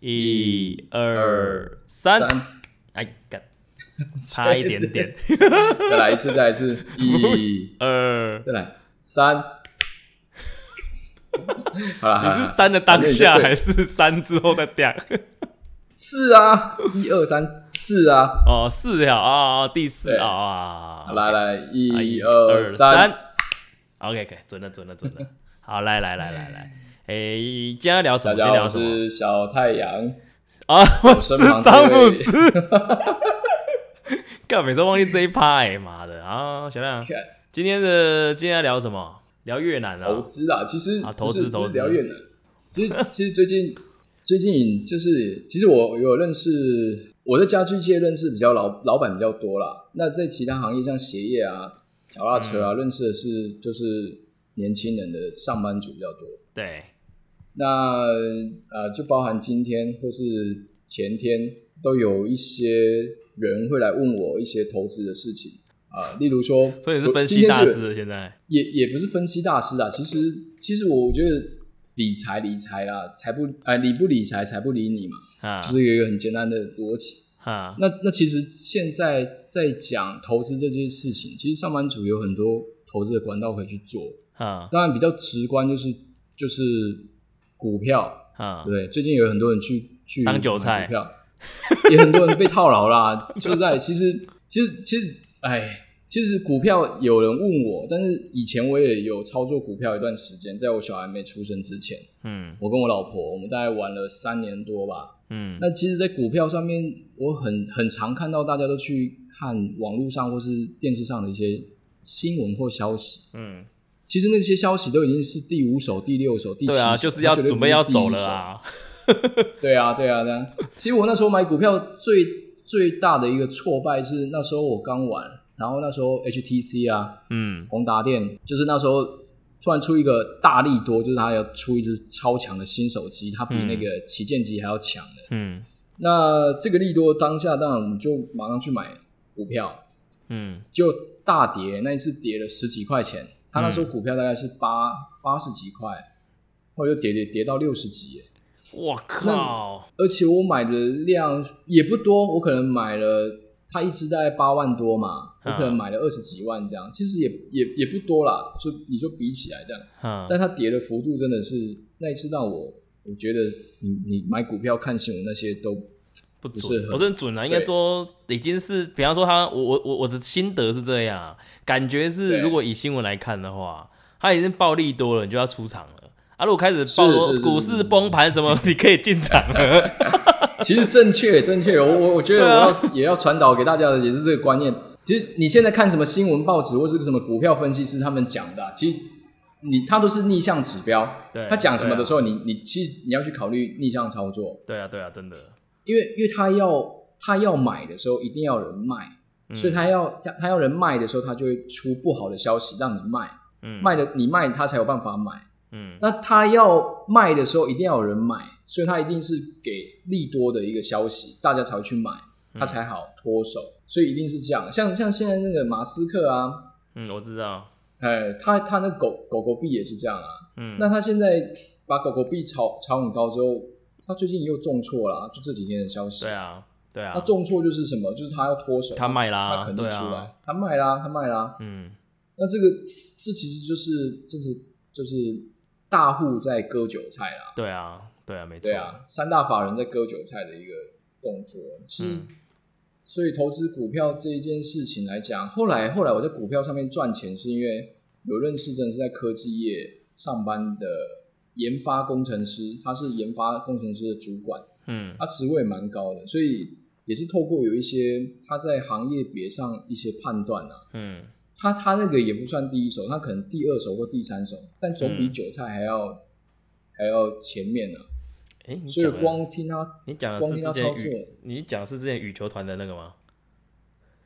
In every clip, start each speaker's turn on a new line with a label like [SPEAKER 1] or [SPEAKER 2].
[SPEAKER 1] 一、二、
[SPEAKER 2] 三哎
[SPEAKER 1] 三，，哎，干，差一点点。
[SPEAKER 2] 再来一次，再来一次，一，
[SPEAKER 1] 二，
[SPEAKER 2] 再来三。 好了，好啦
[SPEAKER 1] 你是三的当
[SPEAKER 2] 反
[SPEAKER 1] 下
[SPEAKER 2] 正你就对
[SPEAKER 1] 还是三之后再 掉？
[SPEAKER 2] 是啊，一二三，是啊。
[SPEAKER 1] 哦，四呀，啊，哦第四
[SPEAKER 2] 对
[SPEAKER 1] 啊啊，
[SPEAKER 2] 好来来，
[SPEAKER 1] 啊
[SPEAKER 2] 一二三，
[SPEAKER 1] 三，OK OK，准了准了准了。 好，来来来来来，诶，今天要聊什
[SPEAKER 2] 大
[SPEAKER 1] 么？今
[SPEAKER 2] 家
[SPEAKER 1] 天
[SPEAKER 2] 好，我
[SPEAKER 1] 聊什么？
[SPEAKER 2] 是小太阳。
[SPEAKER 1] 啊，我是
[SPEAKER 2] 身旁这
[SPEAKER 1] 詹姆
[SPEAKER 2] 位
[SPEAKER 1] 斯。 干，每次忘记这一趴哎，妈的啊！小 亮，
[SPEAKER 2] 看
[SPEAKER 1] 今天的今天要聊什么？聊越南啊
[SPEAKER 2] 投？资啦，其实
[SPEAKER 1] 啊
[SPEAKER 2] 不
[SPEAKER 1] 投
[SPEAKER 2] 是
[SPEAKER 1] 资
[SPEAKER 2] 不
[SPEAKER 1] 投
[SPEAKER 2] 是
[SPEAKER 1] 资
[SPEAKER 2] 聊越南。其实其实最近最近就是，其实我有认识我在家具界认识比较老老板比较多啦。那在其他行业像鞋业啊、脚踏车
[SPEAKER 1] 嗯
[SPEAKER 2] 啊，认识的是就是年轻人的上班族比较多。
[SPEAKER 1] 对，
[SPEAKER 2] 那呃，就包含今天或是前天都有一些人会来问我一些投资的事情啊、例如说，
[SPEAKER 1] 所以你是
[SPEAKER 2] 我
[SPEAKER 1] 分
[SPEAKER 2] 今
[SPEAKER 1] 析
[SPEAKER 2] 天
[SPEAKER 1] 大
[SPEAKER 2] 是
[SPEAKER 1] 师了现在。
[SPEAKER 2] 也也不是分析大师啦，其实其实我觉得理财理财啦，财不啊、理不理财财不理你嘛，
[SPEAKER 1] 啊
[SPEAKER 2] 就是有一个很简单的逻辑。
[SPEAKER 1] 啊，
[SPEAKER 2] 那那其实现在在讲投资这件事情，其实上班族有很多投资的管道可以去做，
[SPEAKER 1] 啊
[SPEAKER 2] 当然比较直观就是就是股票，
[SPEAKER 1] 啊
[SPEAKER 2] 对不，对？最近有很多人去去
[SPEAKER 1] 当韭菜
[SPEAKER 2] 买股票，也很多人被套牢啦。说实在，其实其实其实，哎，其实股票有人问我，但是以前我也有操作股票一段时间，在我小孩没出生之前，
[SPEAKER 1] 嗯
[SPEAKER 2] 我跟我老婆我们大概玩了三年多吧。
[SPEAKER 1] 嗯，
[SPEAKER 2] 那其实，在股票上面，我很很常看到大家都去看网络上或是电视上的一些新闻或消息。
[SPEAKER 1] 嗯，
[SPEAKER 2] 其实那些消息都已经是第五手、第六手、第七手，
[SPEAKER 1] 对啊，就是要
[SPEAKER 2] 它绝
[SPEAKER 1] 准
[SPEAKER 2] 不
[SPEAKER 1] 备
[SPEAKER 2] 是
[SPEAKER 1] 要
[SPEAKER 2] 第一
[SPEAKER 1] 走了
[SPEAKER 2] 手
[SPEAKER 1] 啊。
[SPEAKER 2] 对啊，对啊，对啊。其实我那时候买股票最最大的一个挫败是那时候我刚玩，然后那时候 HTC 啊，
[SPEAKER 1] 嗯
[SPEAKER 2] 宏达电，就是那时候突然出一个大力多，就是它要出一只超强的新手机，它比那个旗舰机还要强的。
[SPEAKER 1] 嗯
[SPEAKER 2] 那这个利多当下，当然我们就马上去买股票，
[SPEAKER 1] 嗯
[SPEAKER 2] 就大跌，那一次跌了十几块钱。它那时候股票大概是八八十几块，后来就跌跌跌到六十几耶。
[SPEAKER 1] 我靠，
[SPEAKER 2] 而且我买的量也不多，我可能买了它一只大概八万多嘛，我
[SPEAKER 1] 嗯
[SPEAKER 2] 可能买了二十几万这样，其实也也也不多啦，就你就比起来这样，
[SPEAKER 1] 嗯
[SPEAKER 2] 但它跌的幅度真的是那一次让我我觉得你你买股票看新闻那些都
[SPEAKER 1] 不
[SPEAKER 2] 不
[SPEAKER 1] 准，
[SPEAKER 2] 是
[SPEAKER 1] 不是很准啊，应该
[SPEAKER 2] 对
[SPEAKER 1] 说已经是，比方说他，我我我我的心得是这样啊，感觉是
[SPEAKER 2] 对
[SPEAKER 1] 如果以新闻来看的话，他已经暴利多了，你就要出场了。啊，如果开始报说
[SPEAKER 2] 是是
[SPEAKER 1] 股
[SPEAKER 2] 是
[SPEAKER 1] 市崩盘什么，你可以进场了。
[SPEAKER 2] 其实正确正确，我我我觉得我
[SPEAKER 1] 啊
[SPEAKER 2] 要、也要传导给大家的也是这个观念。其实你现在看什么新闻报纸或是什么股票分析师他们讲的啊、其实你他都是逆向指标。
[SPEAKER 1] 对
[SPEAKER 2] 他讲什么的
[SPEAKER 1] 对啊
[SPEAKER 2] 时候，你你其实你要去考虑逆向操作，
[SPEAKER 1] 对啊，对啊，真的，
[SPEAKER 2] 因为因为他要他要买的时候一定要有人卖，
[SPEAKER 1] 嗯
[SPEAKER 2] 所以他要他他要人卖的时候，他就会出不好的消息让你卖，
[SPEAKER 1] 嗯，
[SPEAKER 2] 卖的你卖他才有办法买。
[SPEAKER 1] 嗯
[SPEAKER 2] 那他要卖的时候，一定要有人买，所以他一定是给利多的一个消息，大家才会去买，
[SPEAKER 1] 嗯
[SPEAKER 2] 他才好脱手。所以一定是这样。像像现在那个马斯克啊，
[SPEAKER 1] 嗯，我知道，
[SPEAKER 2] 哎，他他那狗狗狗币也是这样啊。
[SPEAKER 1] 嗯，
[SPEAKER 2] 那他现在把狗狗币炒炒很高之后，他最近又重挫啦、就这几天的消息。
[SPEAKER 1] 对啊，对
[SPEAKER 2] 他
[SPEAKER 1] 啊，
[SPEAKER 2] 重挫就是什么？就是他要脱手，
[SPEAKER 1] 他卖啦
[SPEAKER 2] 他肯定
[SPEAKER 1] 对啊
[SPEAKER 2] 出来，他卖啦，他卖啦。
[SPEAKER 1] 嗯，
[SPEAKER 2] 那这个这其实就是这是就是大户在割韭菜啦。
[SPEAKER 1] 对啊，对啊，没错
[SPEAKER 2] 对，啊，三大法人在割韭菜的一个动作。其实，
[SPEAKER 1] 嗯
[SPEAKER 2] 所以投资股票这一件事情来讲，后来后来我在股票上面赚钱，是因为有认识真的是在科技业上班的研发工程师，他是研发工程师的主管，
[SPEAKER 1] 嗯
[SPEAKER 2] 他职位蛮高的，所以也是透过有一些他在行业别上一些判断啊。
[SPEAKER 1] 嗯，
[SPEAKER 2] 他他那个也不算第一手，他可能第二手或第三手，但总
[SPEAKER 1] 嗯
[SPEAKER 2] 比韭菜还要、还要前面呢、啊。
[SPEAKER 1] 哎，你
[SPEAKER 2] 所以
[SPEAKER 1] 讲的
[SPEAKER 2] 光听他
[SPEAKER 1] 你讲的
[SPEAKER 2] 光
[SPEAKER 1] 是
[SPEAKER 2] 听
[SPEAKER 1] 之
[SPEAKER 2] 他
[SPEAKER 1] 前
[SPEAKER 2] 操作
[SPEAKER 1] 羽，你讲的是之前羽球团的那个吗？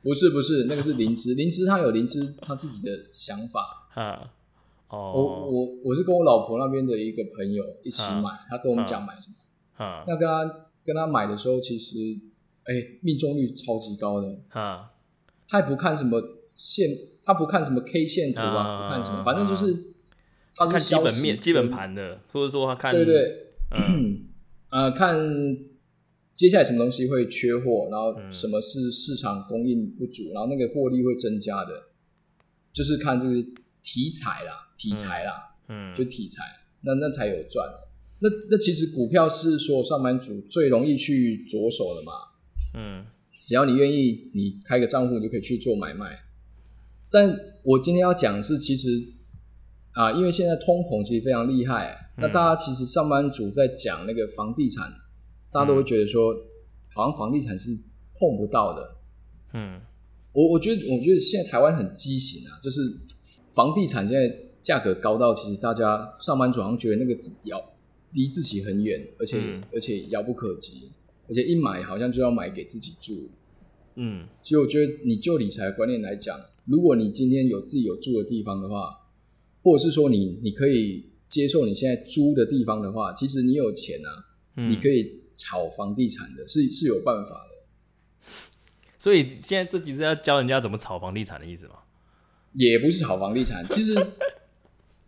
[SPEAKER 2] 不是不是，那个是灵芝，灵芝他有灵芝他自己的想法。
[SPEAKER 1] 啊，
[SPEAKER 2] 我
[SPEAKER 1] 哦，
[SPEAKER 2] 我我是跟我老婆那边的一个朋友一起
[SPEAKER 1] 嗯
[SPEAKER 2] 买，他跟我们讲买什么。
[SPEAKER 1] 哈
[SPEAKER 2] 那跟他跟他买的时候，其实哎、命中率超级高的，
[SPEAKER 1] 哈，
[SPEAKER 2] 他也不看什么线，他不看什么 K 线图
[SPEAKER 1] 啊
[SPEAKER 2] 啊，不看什么，反正就是他是
[SPEAKER 1] 看基
[SPEAKER 2] 消
[SPEAKER 1] 本
[SPEAKER 2] 息
[SPEAKER 1] 面、基本，盘的，或者说他看
[SPEAKER 2] 对对，
[SPEAKER 1] 嗯
[SPEAKER 2] 呃，看接下来什么东西会缺货，然
[SPEAKER 1] 嗯
[SPEAKER 2] 后什么是市场供应不足，然后那个获利会增加的，就是看这个题材啦，题材啦，
[SPEAKER 1] 嗯，
[SPEAKER 2] 就题材，那那才有赚。那那其实股票是所有上班族最容易去着手的嘛，
[SPEAKER 1] 嗯
[SPEAKER 2] 只要你愿意，你开个账户你就可以去做买卖。但我今天要讲的是，其实啊，因为现在通膨其实非常厉害，那大家其实上班族在讲那个房地产，大家都会觉得说，好像房地产是碰不到的。
[SPEAKER 1] 嗯
[SPEAKER 2] 我我觉得，我觉得现在台湾很畸形啊，就是房地产现在价格高到，其实大家上班族好像觉得那个遥离自己很远，而且、
[SPEAKER 1] 嗯
[SPEAKER 2] 而且遥不可及，而且一买好像就要买给自己住。
[SPEAKER 1] 嗯
[SPEAKER 2] 所以我觉得，你就理财观念来讲，如果你今天有自己有住的地方的话，或者是说你你可以接受你现在租的地方的话，其实你有钱啊，
[SPEAKER 1] 嗯，
[SPEAKER 2] 你可以炒房地产的，是是有办法的，
[SPEAKER 1] 所以现在这集是要教人家怎么炒房地产的意思吗？
[SPEAKER 2] 也不是炒房地产。其实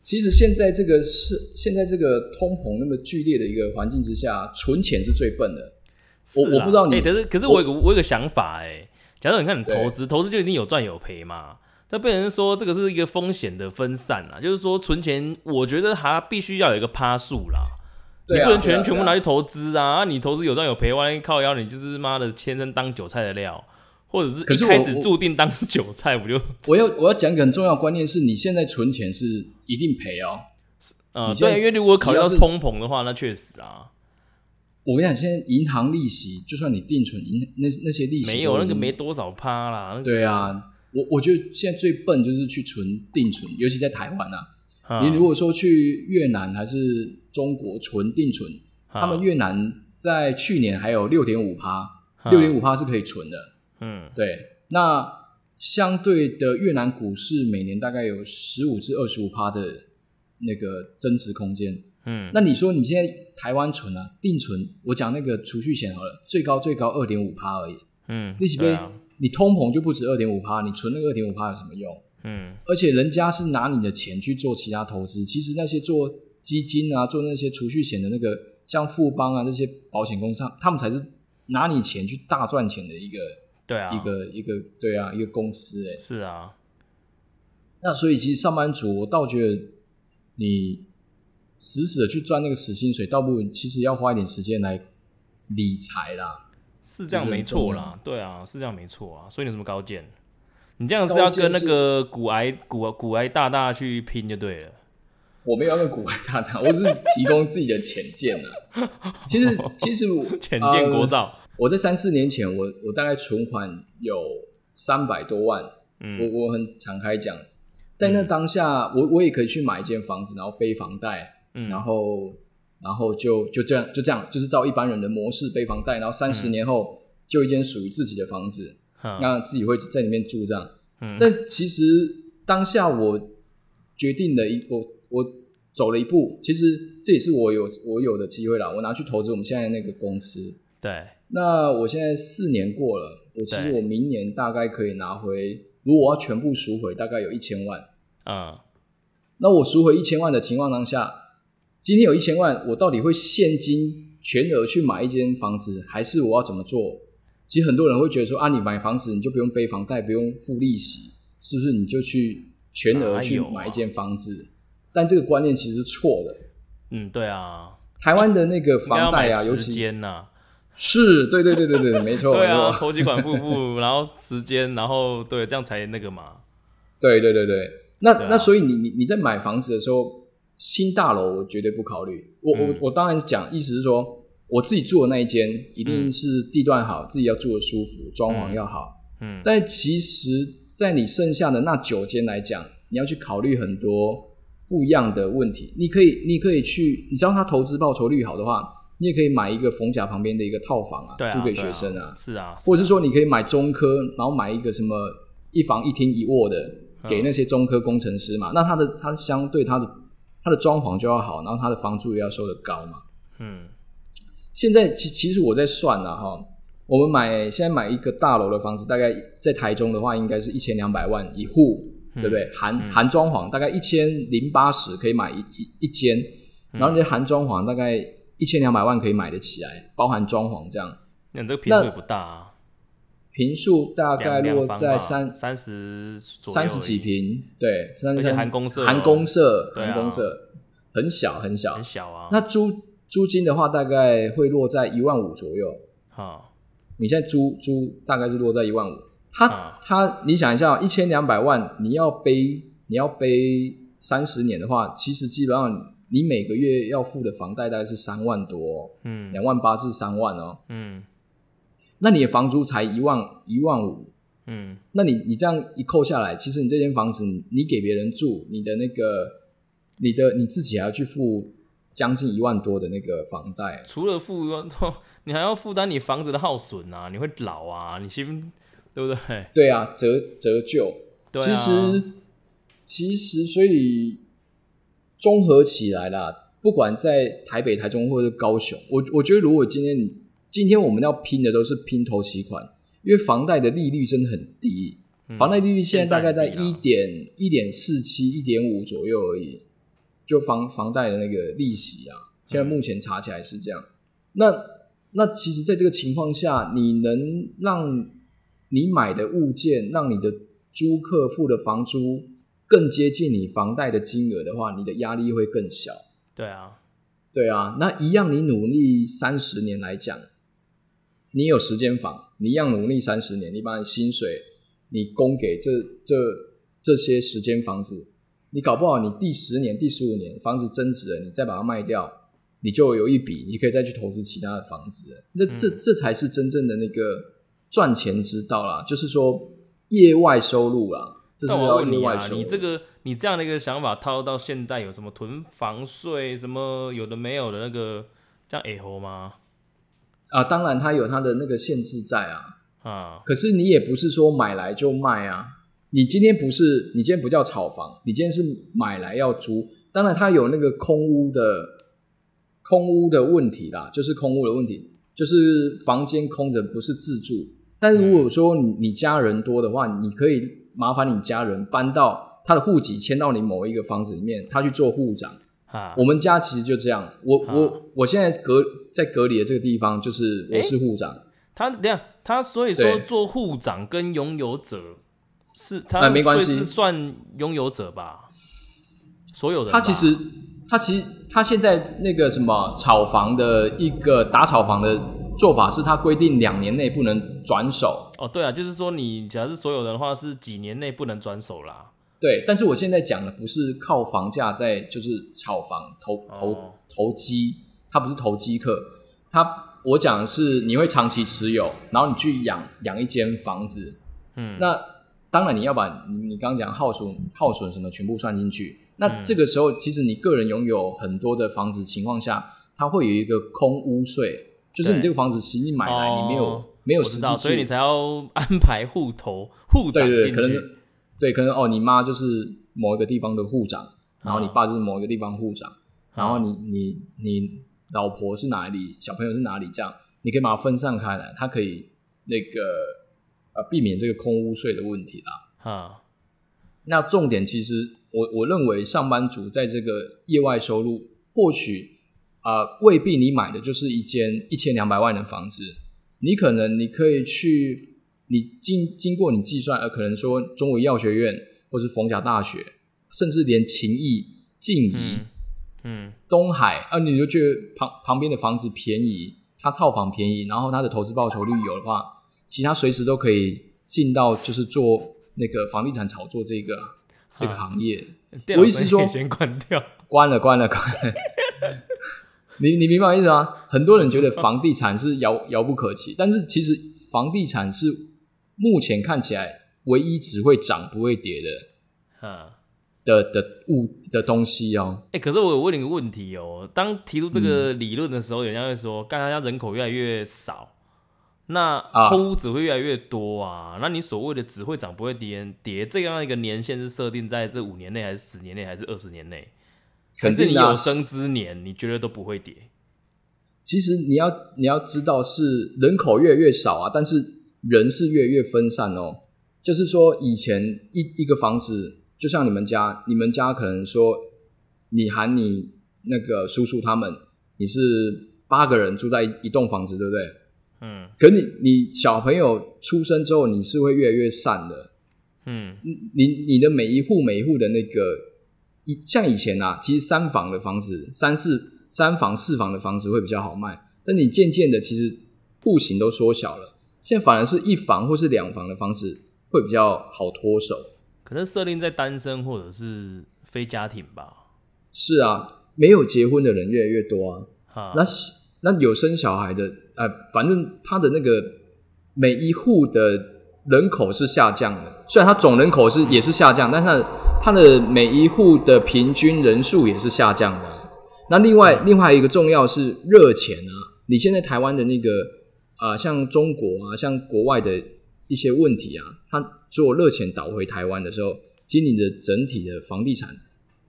[SPEAKER 2] 其实现在这个是现在这个通膨那么剧烈的一个环境之下，存钱是最笨的。我
[SPEAKER 1] 是啊
[SPEAKER 2] 我不知道你
[SPEAKER 1] 欸可是可是我有个我有个想法哎、假设你看你投资，投资就一定有赚有赔嘛。那被人说这个是一个风险的分散啊，就是说存钱，我觉得还必须要有一个趴数啦，
[SPEAKER 2] 对
[SPEAKER 1] 你
[SPEAKER 2] 啊
[SPEAKER 1] 不能
[SPEAKER 2] 对
[SPEAKER 1] 全、
[SPEAKER 2] 啊
[SPEAKER 1] 全
[SPEAKER 2] 对
[SPEAKER 1] 部
[SPEAKER 2] 啊
[SPEAKER 1] 拿去投资啊。啊你投资有赚有赔，万一靠腰你就是妈的天生当韭菜的料，或者是
[SPEAKER 2] 可是
[SPEAKER 1] 一
[SPEAKER 2] 我
[SPEAKER 1] 开始
[SPEAKER 2] 我
[SPEAKER 1] 注定当韭菜，我就
[SPEAKER 2] 我要我要讲一个很重要的观念是，你现在存钱是一定赔哦。
[SPEAKER 1] 呃
[SPEAKER 2] 你现
[SPEAKER 1] 对
[SPEAKER 2] 在
[SPEAKER 1] 啊，因为如果考虑到
[SPEAKER 2] 只要是
[SPEAKER 1] 通膨的话，那确实啊，
[SPEAKER 2] 我跟你讲，现在银行利息，就算你定存，银那那些利息
[SPEAKER 1] 没有
[SPEAKER 2] 都
[SPEAKER 1] 那
[SPEAKER 2] 已
[SPEAKER 1] 个
[SPEAKER 2] 经
[SPEAKER 1] 没多少趴啦。那个
[SPEAKER 2] 对啊。我我觉得现在最笨就是去存定存，尤其在台湾啊。
[SPEAKER 1] 啊
[SPEAKER 2] 你如果说去越南还是中国存定存，
[SPEAKER 1] 嗯啊
[SPEAKER 2] 他们越南在去年还有六点五趴，六点
[SPEAKER 1] 五
[SPEAKER 2] 五趴是可以存的。
[SPEAKER 1] 嗯
[SPEAKER 2] 对，那相对的越南股市每年大概有十五至二十五趴的那个增值空间。
[SPEAKER 1] 嗯
[SPEAKER 2] 那你说你现在台湾存啊，定存，我讲那个储蓄险好了，最高最高二点五趴而已，
[SPEAKER 1] 嗯，
[SPEAKER 2] 利息
[SPEAKER 1] 对
[SPEAKER 2] 杯、
[SPEAKER 1] 啊
[SPEAKER 2] 你通膨就不止二点五趴，你存那个二点五趴有什么用？
[SPEAKER 1] 嗯。
[SPEAKER 2] 而且人家是拿你的钱去做其他投资，其实那些做基金啊，做那些储蓄险的那个，像富邦啊这些保险公司，他们才是拿你钱去大赚钱的一个、
[SPEAKER 1] 对啊，
[SPEAKER 2] 一个一个对啊一个公司哎、
[SPEAKER 1] 是啊，
[SPEAKER 2] 那所以其实上班族，我倒觉得你死死的去赚那个死薪水，倒不如其实要花一点时间来理财啦。
[SPEAKER 1] 是这样
[SPEAKER 2] 就是
[SPEAKER 1] 没
[SPEAKER 2] 很重
[SPEAKER 1] 错
[SPEAKER 2] 要
[SPEAKER 1] 啦，对啊，是这样没错啊，所以你有什么高见？你这样是要跟那
[SPEAKER 2] 高见是
[SPEAKER 1] 个骨癌骨骨癌大大去拼就对了。
[SPEAKER 2] 我没有要跟股外大谈，我只是提供自己的浅见啦。 其实，其实我
[SPEAKER 1] 浅见国
[SPEAKER 2] 呃
[SPEAKER 1] 造，
[SPEAKER 2] 我在三四年前，我我大概存款有三百多万，
[SPEAKER 1] 嗯
[SPEAKER 2] 我我很敞开讲。但那当下，我我也可以去买一间房子，然后背房贷，
[SPEAKER 1] 嗯，
[SPEAKER 2] 然后然后就就这样就这样，就是照一般人的模式背房贷，然后三
[SPEAKER 1] 嗯
[SPEAKER 2] 十年后就一间属于自己的房子，
[SPEAKER 1] 哼
[SPEAKER 2] 那自己会在里面住这样。
[SPEAKER 1] 嗯
[SPEAKER 2] 但其实当下我决定了一我我走了一步，其实这也是我有我有的机会啦，我拿去投资我们现在那个公司。
[SPEAKER 1] 对，
[SPEAKER 2] 那我现在四年过了，我其实
[SPEAKER 1] 对
[SPEAKER 2] 我明年大概可以拿回，如果我要全部赎回，大概有一千万。
[SPEAKER 1] 嗯
[SPEAKER 2] 那我赎回一千万的情况当下，今天有一千万，我到底会现金全额去买一间房子，还是我要怎么做？其实很多人会觉得说啊，你买房子你就不用背房贷，不用付利息，是不是？你就去全额去
[SPEAKER 1] 哪有啊
[SPEAKER 2] 买一间房子？但这个观念其实是错的。
[SPEAKER 1] 嗯，对啊，
[SPEAKER 2] 台湾的那个
[SPEAKER 1] 应该要
[SPEAKER 2] 房
[SPEAKER 1] 买
[SPEAKER 2] 贷啊，尤
[SPEAKER 1] 时
[SPEAKER 2] 其哦
[SPEAKER 1] 间呐，
[SPEAKER 2] 是对对对对对，没错，
[SPEAKER 1] 对啊，
[SPEAKER 2] 没错
[SPEAKER 1] 投机管付付，然后时间，然后对，这样才那个嘛，
[SPEAKER 2] 对对对对。那、
[SPEAKER 1] 对啊
[SPEAKER 2] 那所以你你你在买房子的时候，新大楼我绝对不考虑。我、
[SPEAKER 1] 嗯
[SPEAKER 2] 我我当然讲，意思是说我自己住的那一间一定是地段好，自己要住的舒服，装潢要好。
[SPEAKER 1] 嗯
[SPEAKER 2] 但其实，在你剩下的那九间来讲，你要去考虑很多不一样的问题。你可以你可以去，你知道它投资报酬率好的话，你也可以买一个逢甲旁边的一个套房啊，
[SPEAKER 1] 对啊，
[SPEAKER 2] 租给
[SPEAKER 1] 对
[SPEAKER 2] 学生啊。
[SPEAKER 1] 是啊，
[SPEAKER 2] 或者是说你可以买中科，然后买一个什么一房一厅一卧的
[SPEAKER 1] 嗯
[SPEAKER 2] 给那些中科工程师嘛，那他的他相对他的他的装潢就要好，然后他的房租也要收的高嘛。
[SPEAKER 1] 嗯
[SPEAKER 2] 现在其其实我在算了哈，我们买现在买一个大楼的房子，大概在台中的话应该是一千两百万一户，对不
[SPEAKER 1] 嗯
[SPEAKER 2] 对？含含
[SPEAKER 1] 嗯
[SPEAKER 2] 装潢大概一千零八十可以买一一一间，然后你的含装潢大概一千两百万可以买得起来，包含装潢这样，
[SPEAKER 1] 那你这个平数也不大啊，
[SPEAKER 2] 平数大概
[SPEAKER 1] 两
[SPEAKER 2] 落
[SPEAKER 1] 两房
[SPEAKER 2] 在
[SPEAKER 1] 吧
[SPEAKER 2] 三
[SPEAKER 1] 三十左右
[SPEAKER 2] 三十几
[SPEAKER 1] 而已，
[SPEAKER 2] 平，对，三
[SPEAKER 1] 而
[SPEAKER 2] 十
[SPEAKER 1] 且
[SPEAKER 2] 三
[SPEAKER 1] 含公社哦
[SPEAKER 2] 含公社，
[SPEAKER 1] 对啊
[SPEAKER 2] 含公社，很小很小
[SPEAKER 1] 很。小啊。
[SPEAKER 2] 那租租金的话，大概会落在一万五左右。
[SPEAKER 1] 好，
[SPEAKER 2] 你现在租租大概是落在一万五，它、
[SPEAKER 1] 啊
[SPEAKER 2] 它，你想一下，一千两百万，你要背你要背三十年的话，其实基本上你每个月要付的房贷大概是三万多、哦，
[SPEAKER 1] 嗯
[SPEAKER 2] 两万八至三万哦。
[SPEAKER 1] 嗯
[SPEAKER 2] 那你的房租才一万一万五，
[SPEAKER 1] 嗯，
[SPEAKER 2] 那你你这样一扣下来，其实你这间房子你你给别人住，你的那个你的你自己还要去付将近一万多的那个房贷，
[SPEAKER 1] 除了 负，你还要负担你房子的耗损啊，你会老啊，你心对不对？
[SPEAKER 2] 对啊，折折旧。
[SPEAKER 1] 对啊，
[SPEAKER 2] 其实其实所以综合起来啦，不管在台北、台中或者是高雄，我我觉得如果今天你今天我们要拼的都是拼头期款，因为房贷的利率真的很低，
[SPEAKER 1] 嗯
[SPEAKER 2] 房贷利率现在大概在
[SPEAKER 1] 现在很
[SPEAKER 2] 一
[SPEAKER 1] 低
[SPEAKER 2] 点一点四七、一点五左右而已，就房房贷的那个利息啊，现在目前查起来是这样。那那其实，在这个情况下，你能让你买的物件，让你的租客付的房租更接近你房贷的金额的话，你的压力会更小。
[SPEAKER 1] 对啊，
[SPEAKER 2] 对啊，那一样，你努力三十年来讲，你有时间房，你一样努力三十年，你把你薪水你供给这这这些时间房子，你搞不好你第十年、第十五年房子增值了，你再把它卖掉，你就有一笔，你可以再去投资其他的房子了。那这这才是真正的那个赚钱之道啦，就是说业外收入啦，这是
[SPEAKER 1] 那我
[SPEAKER 2] 要
[SPEAKER 1] 问你
[SPEAKER 2] 业外
[SPEAKER 1] 啊，
[SPEAKER 2] 收入。
[SPEAKER 1] 你这个你这样的一个想法套到现在，有什么囤房税，什么有的没有的那个，这样哎吼吗？
[SPEAKER 2] 啊，当然它有它的那个限制在啊。
[SPEAKER 1] 啊，
[SPEAKER 2] 可是你也不是说买来就卖啊。你今天不是，你今天不叫炒房，你今天是买来要租。当然，它有那个空屋的空屋的问题啦，就是空屋的问题，就是房间空着不是自住。但如果说你你家人多的话，你可以麻烦你家人搬到他的户籍迁到你某一个房子里面，他去做户长。
[SPEAKER 1] 啊，
[SPEAKER 2] 我们家其实就这样，我
[SPEAKER 1] 啊
[SPEAKER 2] 我我现在隔在隔离的这个地方，就是
[SPEAKER 1] 诶
[SPEAKER 2] 我是户长。
[SPEAKER 1] 他等一下他所以说
[SPEAKER 2] 对
[SPEAKER 1] 做护长跟拥有者是他、
[SPEAKER 2] 呃没关系
[SPEAKER 1] 是算拥有者吧？所有人吧
[SPEAKER 2] 他其实他其实他现在那个什么炒房的一个打炒房的做法是，他规定两年内不能转手。
[SPEAKER 1] 哦对啊，就是说你假如是所有人的话，是几年内不能转手啦。
[SPEAKER 2] 对，但是我现在讲的不是靠房价在就是炒房投投
[SPEAKER 1] 哦
[SPEAKER 2] 投机，他不是投机客，他我讲的是你会长期持有，然后你去养养一间房子，
[SPEAKER 1] 嗯，
[SPEAKER 2] 那当然你要把你你刚刚讲耗损、耗损什么全部算进去。
[SPEAKER 1] 嗯
[SPEAKER 2] 那这个时候，其实你个人拥有很多的房子情况下，它会有一个空屋税，就是你
[SPEAKER 1] 对
[SPEAKER 2] 这个房子其实你买来
[SPEAKER 1] 哦
[SPEAKER 2] 你没有、没有
[SPEAKER 1] 我
[SPEAKER 2] 实
[SPEAKER 1] 知
[SPEAKER 2] 际
[SPEAKER 1] 道，
[SPEAKER 2] 住，
[SPEAKER 1] 所以你才要安排户头护长
[SPEAKER 2] 对对对，
[SPEAKER 1] 进
[SPEAKER 2] 可能
[SPEAKER 1] 去。
[SPEAKER 2] 对可能哦，你妈就是某一个地方的户长，
[SPEAKER 1] 嗯
[SPEAKER 2] 然后你爸就是某一个地方户长，然后你你你老婆是哪里，小朋友是哪里，这样你可以把它分散开来，它可以那个呃避免这个空屋税的问题啦。
[SPEAKER 1] 啊，
[SPEAKER 2] 那重点其实我我认为上班族在这个业外收入，或许啊、呃未必你买的就是一间一千两百万的房子，你可能你可以去，你经经过你计算，呃，可能说中国医药学院或是逢甲大学，甚至连勤益、静宜、
[SPEAKER 1] 嗯嗯
[SPEAKER 2] 东海，啊，你就觉得旁旁边的房子便宜，它套房便宜，然后它的投资报酬率有的话，其实它随时都可以进到就是做那个房地产炒作这个
[SPEAKER 1] 啊
[SPEAKER 2] 这个行业。
[SPEAKER 1] 电脑
[SPEAKER 2] 意思
[SPEAKER 1] 声音
[SPEAKER 2] 说
[SPEAKER 1] 可以先关掉。
[SPEAKER 2] 关了，关了，关了。 你你明白我意思吗？很多人觉得房地产是遥遥不可及，但是其实房地产是目前看起来唯一只会涨不会跌的
[SPEAKER 1] 啊。
[SPEAKER 2] 的的物的东西哦。
[SPEAKER 1] 哎、可是我有问你个问题哦。当提出这个
[SPEAKER 2] 嗯
[SPEAKER 1] 理论的时候，人家会说，干大家人口越来越少，那
[SPEAKER 2] 啊
[SPEAKER 1] 空屋只会越来越多啊。那你所谓的只会涨不会跌，跌这样一个年限是设定在这五年内，还是十年内，还是二十年内？可
[SPEAKER 2] 肯
[SPEAKER 1] 是
[SPEAKER 2] 定
[SPEAKER 1] 你
[SPEAKER 2] 的啊
[SPEAKER 1] 有生之年，你觉得都不会跌
[SPEAKER 2] 其实你要你要知道是人口越来越少啊，但是人是越来越分散哦。就是说以前一一个房子，就像你们家，你们家可能说你喊你那个叔叔他们，你是八个人住在一一栋房子，对不对？
[SPEAKER 1] 嗯
[SPEAKER 2] 可你你小朋友出生之后，你是会越来越散的。
[SPEAKER 1] 嗯
[SPEAKER 2] 你你的每一户每一户的那个，以像以前啊，其实三房的房子，三四三房四房的房子会比较好卖，但你渐渐的其实户型都缩小了，现在反而是一房或是两房的房子会比较好脱手。
[SPEAKER 1] 可能设定在单身或者是非家庭吧。
[SPEAKER 2] 是啊，没有结婚的人越来越多啊，
[SPEAKER 1] 哈，
[SPEAKER 2] 那是那有生小孩的，呃，反正他的那个每一户的人口是下降的，虽然它总人口是也是下降，但是它的每一户的平均人数也是下降的啊。那另外另外一个重要是热钱啊，你现在台湾的那个啊、像中国啊，像国外的一些问题啊，它做热钱导回台湾的时候，其实你的整体的房地产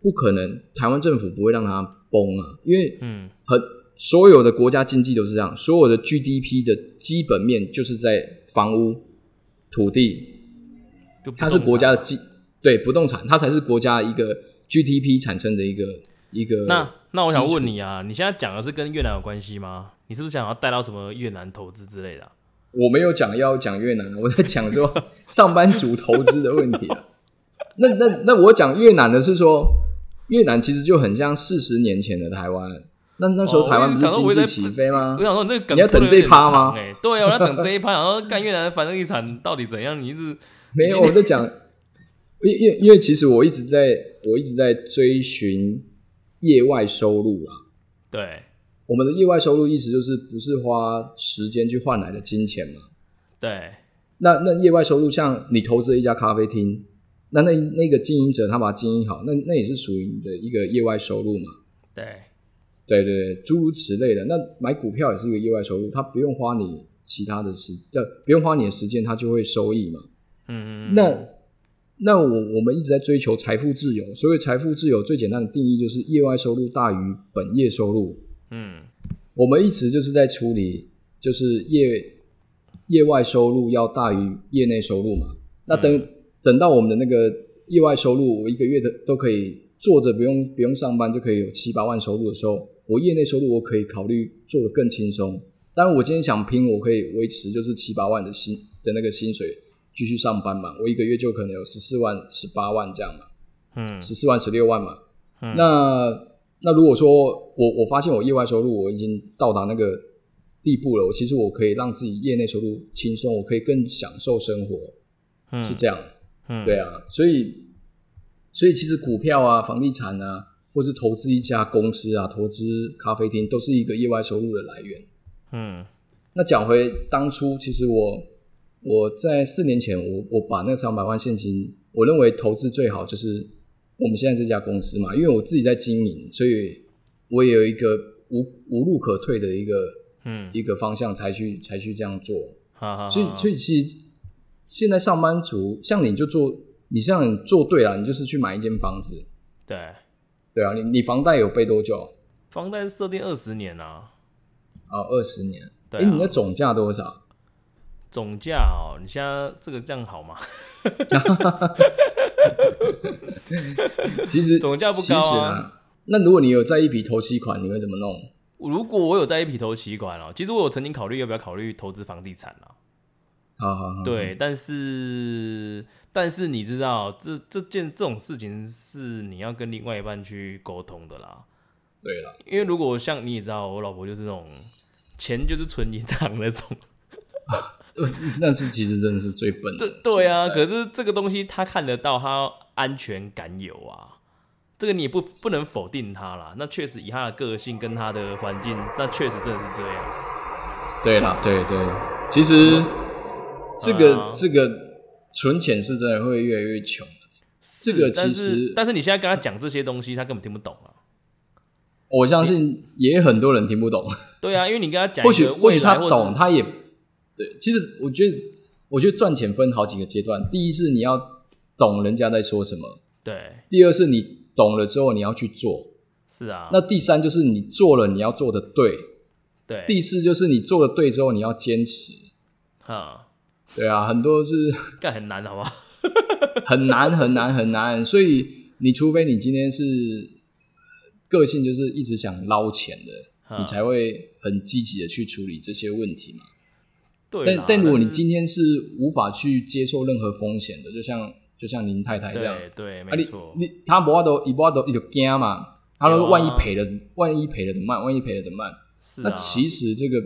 [SPEAKER 2] 不可能，台湾政府不会让它崩啊，因为
[SPEAKER 1] 嗯
[SPEAKER 2] 很所有的国家经济都是这样，所有的 GDP 的基本面就是在房屋、土地，
[SPEAKER 1] 就不
[SPEAKER 2] 它是
[SPEAKER 1] 动
[SPEAKER 2] 国
[SPEAKER 1] 产
[SPEAKER 2] 家的基对不动产，它才是国家一个 GDP 产生的一个一个。
[SPEAKER 1] 那那我想
[SPEAKER 2] 基础
[SPEAKER 1] 问你啊，你现在讲的是跟越南有关系吗？你是不是想要带到什么越南投资之类的啊、
[SPEAKER 2] 我没有讲要讲越南，啊我在讲 说上班族投资的问题啊。那那那我讲越南的是说，越南其实就很像四十年前的台湾。那那时候
[SPEAKER 1] 哦
[SPEAKER 2] 台湾不是
[SPEAKER 1] 我也
[SPEAKER 2] 经
[SPEAKER 1] 是想
[SPEAKER 2] 济
[SPEAKER 1] 到
[SPEAKER 2] 起飞吗？
[SPEAKER 1] 我想说你这个梗
[SPEAKER 2] 你要等
[SPEAKER 1] 铺得有
[SPEAKER 2] 这一
[SPEAKER 1] 点
[SPEAKER 2] 趴
[SPEAKER 1] 长
[SPEAKER 2] 吗
[SPEAKER 1] 欸对啊，我要等这一趴，然 后干越南的房地产到底怎样？你一直
[SPEAKER 2] 没有，我在讲，因因因为其实我一直在我一直在追寻业外收入啦。
[SPEAKER 1] 对
[SPEAKER 2] 我们的业外收入意思就是不是花时间去换来的金钱嘛？
[SPEAKER 1] 对，
[SPEAKER 2] 那那业外收入，像你投资了一家咖啡厅，那那那个经营者他把它经营好，那那也是属于你的一个业外收入嘛？
[SPEAKER 1] 对，
[SPEAKER 2] 对对对，诸如此类的。那买股票也是一个业外收入，它不用花你其他的时，呃，不用花你的时间，它就会收益嘛。
[SPEAKER 1] 嗯，
[SPEAKER 2] 那那我我们一直在追求财富自由，所以财富自由最简单的定义就是业外收入大于本业收入。
[SPEAKER 1] 嗯
[SPEAKER 2] 我们一直就是在处理，就是业业外收入要大于业内收入嘛。那等、等到我们的那个业外收入，我一个月的都可以坐着不用不用上班就可以有七八万收入的时候，我业内收入我可以考虑做的更轻松。当然，我今天想拼，我可以维持就是七八万的薪的那个薪水继续上班嘛，我一个月就可能有十四万、十八万这样嘛。
[SPEAKER 1] 嗯
[SPEAKER 2] 十四万、十六万嘛。
[SPEAKER 1] 嗯
[SPEAKER 2] 那那如果说我我发现我业外收入我已经到达那个地步了，我其实我可以让自己业内收入轻松，我可以更享受生活，
[SPEAKER 1] 嗯，
[SPEAKER 2] 是这样。
[SPEAKER 1] 嗯
[SPEAKER 2] 对啊，所以所以其实股票啊、房地产啊，或是投资一家公司啊、投资咖啡厅，都是一个业外收入的来源。
[SPEAKER 1] 嗯
[SPEAKER 2] 那讲回当初，其实我我在四年前，我我把那三百万现金，我认为投资最好就是我们现在这家公司嘛，因为我自己在经营，所以我也有一个无无路可退的一个
[SPEAKER 1] 嗯，
[SPEAKER 2] 一个方向才去才去这样做。
[SPEAKER 1] 好好，
[SPEAKER 2] 所以
[SPEAKER 1] 好
[SPEAKER 2] 所以其实现在上班族，像你就做，你像你做对了，你就是去买一间房子，
[SPEAKER 1] 对，
[SPEAKER 2] 对啊，你你房贷有背多久
[SPEAKER 1] 房贷设定二十年啊，
[SPEAKER 2] 啊？二十年，哎、
[SPEAKER 1] 对啊
[SPEAKER 2] 你的总价多少？
[SPEAKER 1] 总价哦，你现在这个这样好吗？
[SPEAKER 2] 其实
[SPEAKER 1] 总价不
[SPEAKER 2] 其实
[SPEAKER 1] 高啊
[SPEAKER 2] 啊。那如果你有在一笔投期款，你会怎么弄？
[SPEAKER 1] 如果我有在一笔投期款哦，其实我有曾经考虑要不要考虑投资房地产啊。
[SPEAKER 2] 好好好，
[SPEAKER 1] 对，但是但是你知道，这这件这种事情是你要跟另外一半去沟通的啦。
[SPEAKER 2] 对了，
[SPEAKER 1] 因为如果像你也知道，我老婆就是那种钱就是存银行那种，
[SPEAKER 2] 那是其实真的是最笨
[SPEAKER 1] 对
[SPEAKER 2] 的。
[SPEAKER 1] 对啊。可是这个东西她看得到，她安全感有啊，这个你也不不能否定她啦。那确实以她的个性跟她的环境，那确实真的是这样。
[SPEAKER 2] 对了，对对，其实这个、
[SPEAKER 1] 啊
[SPEAKER 2] 这个存钱是真的会越来越穷。 这个
[SPEAKER 1] 但
[SPEAKER 2] 其
[SPEAKER 1] 是
[SPEAKER 2] 实
[SPEAKER 1] 但是你现在跟她讲这些东西，她根本听不懂啊。
[SPEAKER 2] 我相信也很多人听不懂，
[SPEAKER 1] 对啊，因为你跟她讲一
[SPEAKER 2] 或许
[SPEAKER 1] 个
[SPEAKER 2] 或许
[SPEAKER 1] 未
[SPEAKER 2] 他
[SPEAKER 1] 来或是，
[SPEAKER 2] 懂，他也对。其实我觉得，我觉得赚钱分好几个阶段。第一是你要懂人家在说什么，
[SPEAKER 1] 对，
[SPEAKER 2] 第二是你懂了之后你要去做，
[SPEAKER 1] 是啊，
[SPEAKER 2] 那第三就是你做了你要做的对，
[SPEAKER 1] 对，
[SPEAKER 2] 第四就是你做了对之后你要坚持。
[SPEAKER 1] 哈，
[SPEAKER 2] 对啊，很 多是
[SPEAKER 1] 干很难，好不好？
[SPEAKER 2] 很难很难很难，所以你除非你今天是个性就是一直想捞钱的，
[SPEAKER 1] 啊
[SPEAKER 2] 你才会很积极的去处理这些问题嘛。
[SPEAKER 1] 对啦
[SPEAKER 2] 但，但如果你
[SPEAKER 1] 是
[SPEAKER 2] 今天是无法去接受任何风险的，就像就像您太太这样，
[SPEAKER 1] 对对，
[SPEAKER 2] 啊
[SPEAKER 1] 没
[SPEAKER 2] 你
[SPEAKER 1] 错，
[SPEAKER 2] 你他不法都一不法都你就惊嘛，他
[SPEAKER 1] 对
[SPEAKER 2] 说
[SPEAKER 1] 啊
[SPEAKER 2] 万一赔了，万一赔了怎么办？万一赔了怎么办？
[SPEAKER 1] 是
[SPEAKER 2] 那
[SPEAKER 1] 啊，
[SPEAKER 2] 其实这个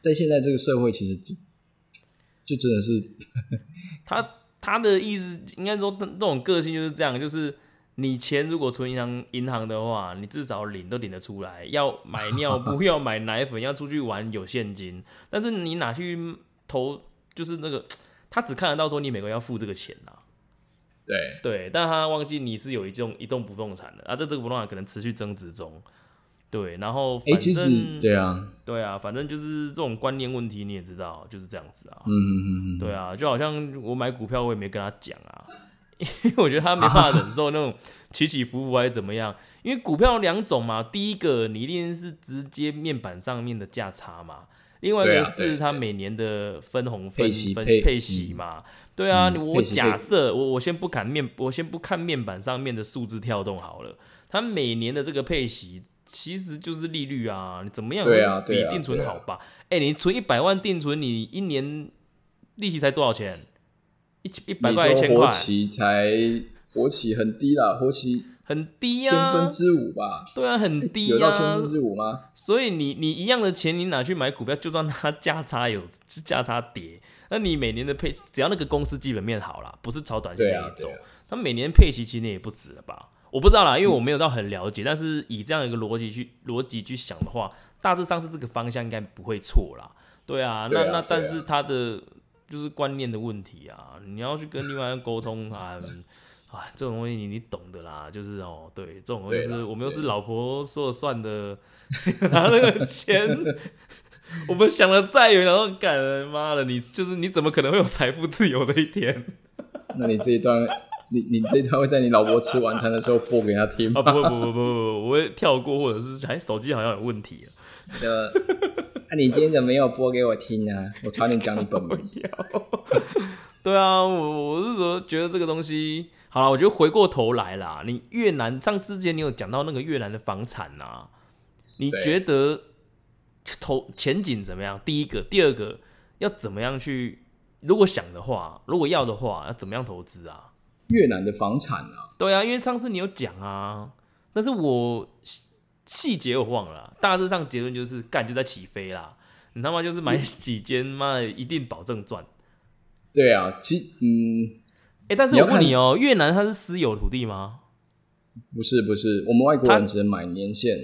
[SPEAKER 2] 在现在这个社会，其实就就真的是
[SPEAKER 1] 他他的意思应该说，这这种个性就是这样，就是你钱如果存银行银行的话，你至少领都领得出来，要买尿 布，要买奶粉，要出去玩有现金，但是你拿去投，就是那个他只看得到说你每个月要付这个钱啊。
[SPEAKER 2] 对
[SPEAKER 1] 对，但他忘记你是有一栋一栋不动产的啊，这这个不动产可能持续增值中。对，然后
[SPEAKER 2] 哎、
[SPEAKER 1] 反
[SPEAKER 2] 其实
[SPEAKER 1] 正
[SPEAKER 2] 对啊，
[SPEAKER 1] 对啊，反正就是这种观念问题，你也知道，就是这样子啊。
[SPEAKER 2] 嗯嗯嗯嗯，
[SPEAKER 1] 对啊，就好像我买股票，我也没跟他讲啊， 因为我觉得他没办法忍受那种起起伏伏还是怎么样。因为股票两种嘛，第一个你一定是直接面板上面的价差嘛，另外一
[SPEAKER 2] 对
[SPEAKER 1] 个
[SPEAKER 2] 啊对
[SPEAKER 1] 是它每年的分红分
[SPEAKER 2] 配息
[SPEAKER 1] 分
[SPEAKER 2] 配
[SPEAKER 1] 配息嘛。对啊，
[SPEAKER 2] 嗯
[SPEAKER 1] 你我
[SPEAKER 2] 配息配
[SPEAKER 1] 假设我我先不看面，我先不看面板上面的数字跳动好了，它每年的这个配息。其实就是利率啊，你怎么样都
[SPEAKER 2] 对
[SPEAKER 1] 是
[SPEAKER 2] 啊
[SPEAKER 1] 比
[SPEAKER 2] 对啊
[SPEAKER 1] 定存
[SPEAKER 2] 对啊
[SPEAKER 1] 好吧？哎、你存一百万定存，你一年利息才多少钱？一一百块一
[SPEAKER 2] 你
[SPEAKER 1] 千
[SPEAKER 2] 说
[SPEAKER 1] 块
[SPEAKER 2] 国，旗才国旗很低啦，国旗
[SPEAKER 1] 很低
[SPEAKER 2] 千
[SPEAKER 1] 呀、
[SPEAKER 2] 分之五吧，
[SPEAKER 1] 对啊，很低
[SPEAKER 2] 有
[SPEAKER 1] 呀、
[SPEAKER 2] 到千分之五吗？
[SPEAKER 1] 所以你你一样的钱，你拿去买股票，就算它价差有价差跌，那你每年的配，只要那个公司基本面好啦，不是炒短线
[SPEAKER 2] 对
[SPEAKER 1] 那
[SPEAKER 2] 啊
[SPEAKER 1] 一，种
[SPEAKER 2] 对，啊，嗯
[SPEAKER 1] 它每年配息其实也不止了吧？我不知道啦，因为我没有到很了解，但是以这样一个逻辑去逻辑去想的话，大致上是这个方向应该不会错啦。对啊，那
[SPEAKER 2] 对啊
[SPEAKER 1] 那
[SPEAKER 2] 对啊
[SPEAKER 1] 但是他的就是观念的问题啊，你要去跟另外一个沟通啊。嗯啊，这种东西你你懂的啦，就是哦，对，这种东西
[SPEAKER 2] 对
[SPEAKER 1] 是
[SPEAKER 2] 啦
[SPEAKER 1] 我们又是老婆说了算的， 拿那个钱， 我们想的再远，然后感恩妈的，你就是你怎么可能会有财富自由的一天？
[SPEAKER 2] 那你这一段，你你这一段会在你老婆吃晚餐的时候播给她听
[SPEAKER 1] 啊，不
[SPEAKER 2] 吗？
[SPEAKER 1] 会不会不会不会，我会跳过，或者是哎，手机好像有问题了。啊
[SPEAKER 2] 的， 那、你今天怎么没有播给我听呢、我差点讲你 本名。
[SPEAKER 1] 对啊，我我是说觉得这个东西，好了，我觉得回过头来啦，你越南像之前你有讲到那个越南的房产啊，你
[SPEAKER 2] 对
[SPEAKER 1] 觉得投前景怎么样？第一个，第二个要怎么样去？如果想的话，如果要的话，要怎么样投资啊？
[SPEAKER 2] 越南的房产啊，
[SPEAKER 1] 对啊，因为上次你有讲啊，但是我细细节我忘了啊，大致上结论就是干就在起飞啦，你他妈就是买几间，妈的一定保证赚。
[SPEAKER 2] 对啊，其嗯
[SPEAKER 1] 哎、但是
[SPEAKER 2] 你
[SPEAKER 1] 我
[SPEAKER 2] 要
[SPEAKER 1] 问你哦、越南它是私有土地吗？
[SPEAKER 2] 不是不是，我们外国
[SPEAKER 1] 他
[SPEAKER 2] 人只能买年限。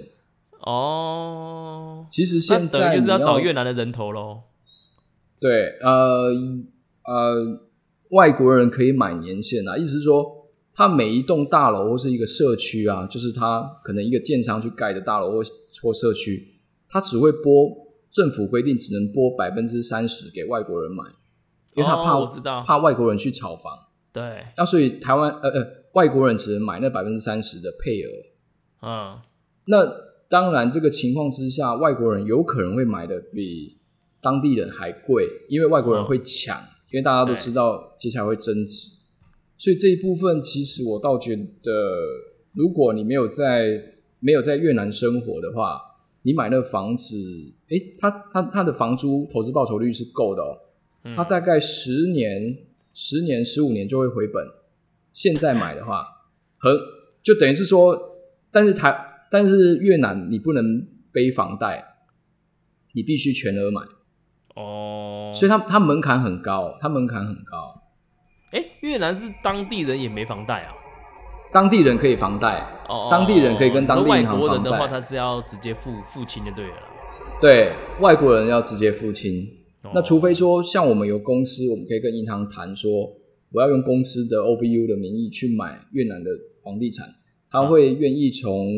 [SPEAKER 1] 哦，
[SPEAKER 2] 其实
[SPEAKER 1] 那
[SPEAKER 2] 现
[SPEAKER 1] 等于就
[SPEAKER 2] 在
[SPEAKER 1] 是
[SPEAKER 2] 你
[SPEAKER 1] 要
[SPEAKER 2] 要
[SPEAKER 1] 找越南的人头喽。
[SPEAKER 2] 对呃呃，外国人可以买年限啊，意思是说，他每一栋大楼或是一个社区啊，就是他可能一个建商去盖的大楼或或社区，他只会拨政府规定只能拨百分之三十给外国人买，因为他怕、
[SPEAKER 1] 哦我知道
[SPEAKER 2] 怕外国人去炒房。
[SPEAKER 1] 对，
[SPEAKER 2] 那所以台湾呃呃外国人只能买那百分之三十的配额。
[SPEAKER 1] 嗯，
[SPEAKER 2] 那当然，这个情况之下，外国人有可能会买的比当地人还贵，因为外国人会抢，因为大家都
[SPEAKER 1] 对
[SPEAKER 2] 知道接下来会增值。所以这一部分，其实我倒觉得，如果你没有在没有在越南生活的话，你买那房子，诶，它它它的房租投资报酬率是够的哦，
[SPEAKER 1] 嗯
[SPEAKER 2] 它大概十年、十年、十五年就会回本。现在买的话，和就等于是说，但是台但是越南你不能背房贷，你必须全额买，
[SPEAKER 1] 哦，
[SPEAKER 2] 所以它它门槛很高，它门槛很高。
[SPEAKER 1] 哎、越南是当地人也没房贷啊。
[SPEAKER 2] 当地人可以房贷，
[SPEAKER 1] 哦，
[SPEAKER 2] 当地人可以跟当地
[SPEAKER 1] 外
[SPEAKER 2] 银行
[SPEAKER 1] 国人
[SPEAKER 2] 房
[SPEAKER 1] 的话，
[SPEAKER 2] 贷，
[SPEAKER 1] 他是要直接付付清就对了啦。
[SPEAKER 2] 对外国人要直接付清。
[SPEAKER 1] 哦
[SPEAKER 2] 那除非说像我们有公司，我们可以跟银行谈说，我要用公司的 OBU 的名义去买越南的房地产，
[SPEAKER 1] 啊
[SPEAKER 2] 他会愿意从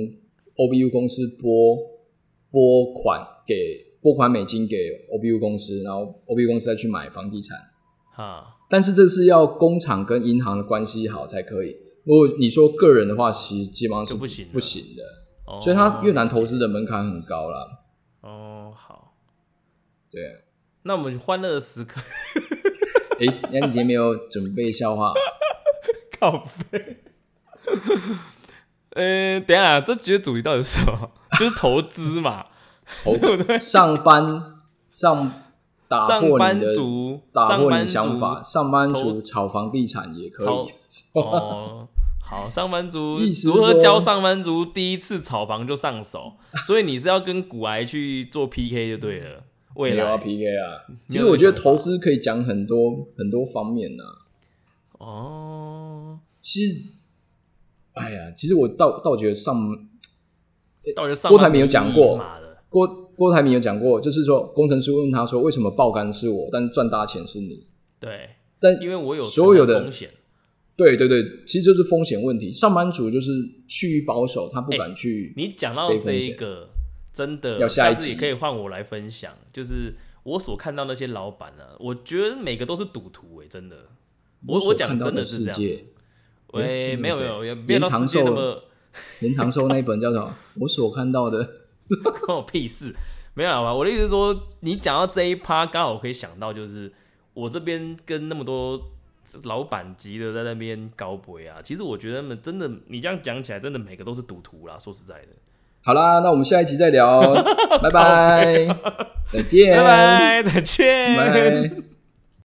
[SPEAKER 2] OBU 公司拨拨款给拨款美金给 OBU 公司，然后 OBU 公司再去买房地产。
[SPEAKER 1] 哈，
[SPEAKER 2] 但是这是要工厂跟银行的关系好才可以。如果你说个人的话，其实基本上是
[SPEAKER 1] 就不行了
[SPEAKER 2] 不行的。
[SPEAKER 1] 哦
[SPEAKER 2] 所以它越南投资的门槛很高啦。
[SPEAKER 1] 哦，好，
[SPEAKER 2] 对，啊
[SPEAKER 1] 那我们欢乐的时刻
[SPEAKER 2] 诶，那你今天没有准备笑话？
[SPEAKER 1] 啊靠背。呃、等一下，这集的主题到底是什么？ 就是投资嘛，
[SPEAKER 2] 投资 上班上打
[SPEAKER 1] 上
[SPEAKER 2] 破
[SPEAKER 1] 班
[SPEAKER 2] 你的
[SPEAKER 1] 族，
[SPEAKER 2] 打
[SPEAKER 1] 上
[SPEAKER 2] 破你
[SPEAKER 1] 班
[SPEAKER 2] 的想法，
[SPEAKER 1] 族，哦
[SPEAKER 2] 上班
[SPEAKER 1] 投
[SPEAKER 2] 族炒房地产也可
[SPEAKER 1] 炒
[SPEAKER 2] 以。
[SPEAKER 1] 哦， 好，上班族
[SPEAKER 2] 意思
[SPEAKER 1] 如
[SPEAKER 2] 是
[SPEAKER 1] 何
[SPEAKER 2] 说
[SPEAKER 1] 教上班族第一次炒房就上手？所以你是要跟古癌去做 PK 就对了。未
[SPEAKER 2] 没有
[SPEAKER 1] 来
[SPEAKER 2] 啊 PK 啊，
[SPEAKER 1] 你
[SPEAKER 2] 其
[SPEAKER 1] 有
[SPEAKER 2] 实我觉得
[SPEAKER 1] 什么想法
[SPEAKER 2] 投资可以讲很多很多方面呐、啊
[SPEAKER 1] 哦，
[SPEAKER 2] 其实，哎呀，其实我倒倒觉得上
[SPEAKER 1] 到底上
[SPEAKER 2] 郭台
[SPEAKER 1] 班
[SPEAKER 2] 铭有
[SPEAKER 1] 族
[SPEAKER 2] 讲
[SPEAKER 1] 意义
[SPEAKER 2] 过
[SPEAKER 1] 嘛的
[SPEAKER 2] 郭郭台铭有讲过，就是说工程师问他说为什么爆肝是我，但赚大钱是你。
[SPEAKER 1] 对，
[SPEAKER 2] 但
[SPEAKER 1] 因为我有
[SPEAKER 2] 所有的
[SPEAKER 1] 承担风险，
[SPEAKER 2] 对对对，其实就是风险问题。上班族就是趋于保守，他不敢去。
[SPEAKER 1] 哎你讲到这一个，真的
[SPEAKER 2] 要下一
[SPEAKER 1] 次也
[SPEAKER 2] 集
[SPEAKER 1] 可以换我来分享，就是我所看到那些老板啊，我觉得每个都是赌徒哎、真的。我我
[SPEAKER 2] 所
[SPEAKER 1] 讲
[SPEAKER 2] 看到
[SPEAKER 1] 真的是
[SPEAKER 2] 世
[SPEAKER 1] 这样，
[SPEAKER 2] 界，
[SPEAKER 1] 喂、
[SPEAKER 2] 诶是那个
[SPEAKER 1] 没有没
[SPEAKER 2] 谁
[SPEAKER 1] 有，也没有
[SPEAKER 2] 连
[SPEAKER 1] 到世
[SPEAKER 2] 长
[SPEAKER 1] 界
[SPEAKER 2] 寿
[SPEAKER 1] 那 么
[SPEAKER 2] 连长寿那一本叫什么？ 我所看到的，
[SPEAKER 1] 关我屁事。没有啦，我的意思是说，你讲到这一趴，刚好可以想到，就是我这边跟那么多老板级的在那边搞鬼啊。其实我觉得他们真的，你这样讲起来，真的每个都是赌徒啦。说实在的，
[SPEAKER 2] 好啦，那我们下一集哦 再聊，拜拜，再见，
[SPEAKER 1] 拜拜，再见。
[SPEAKER 2] 拜。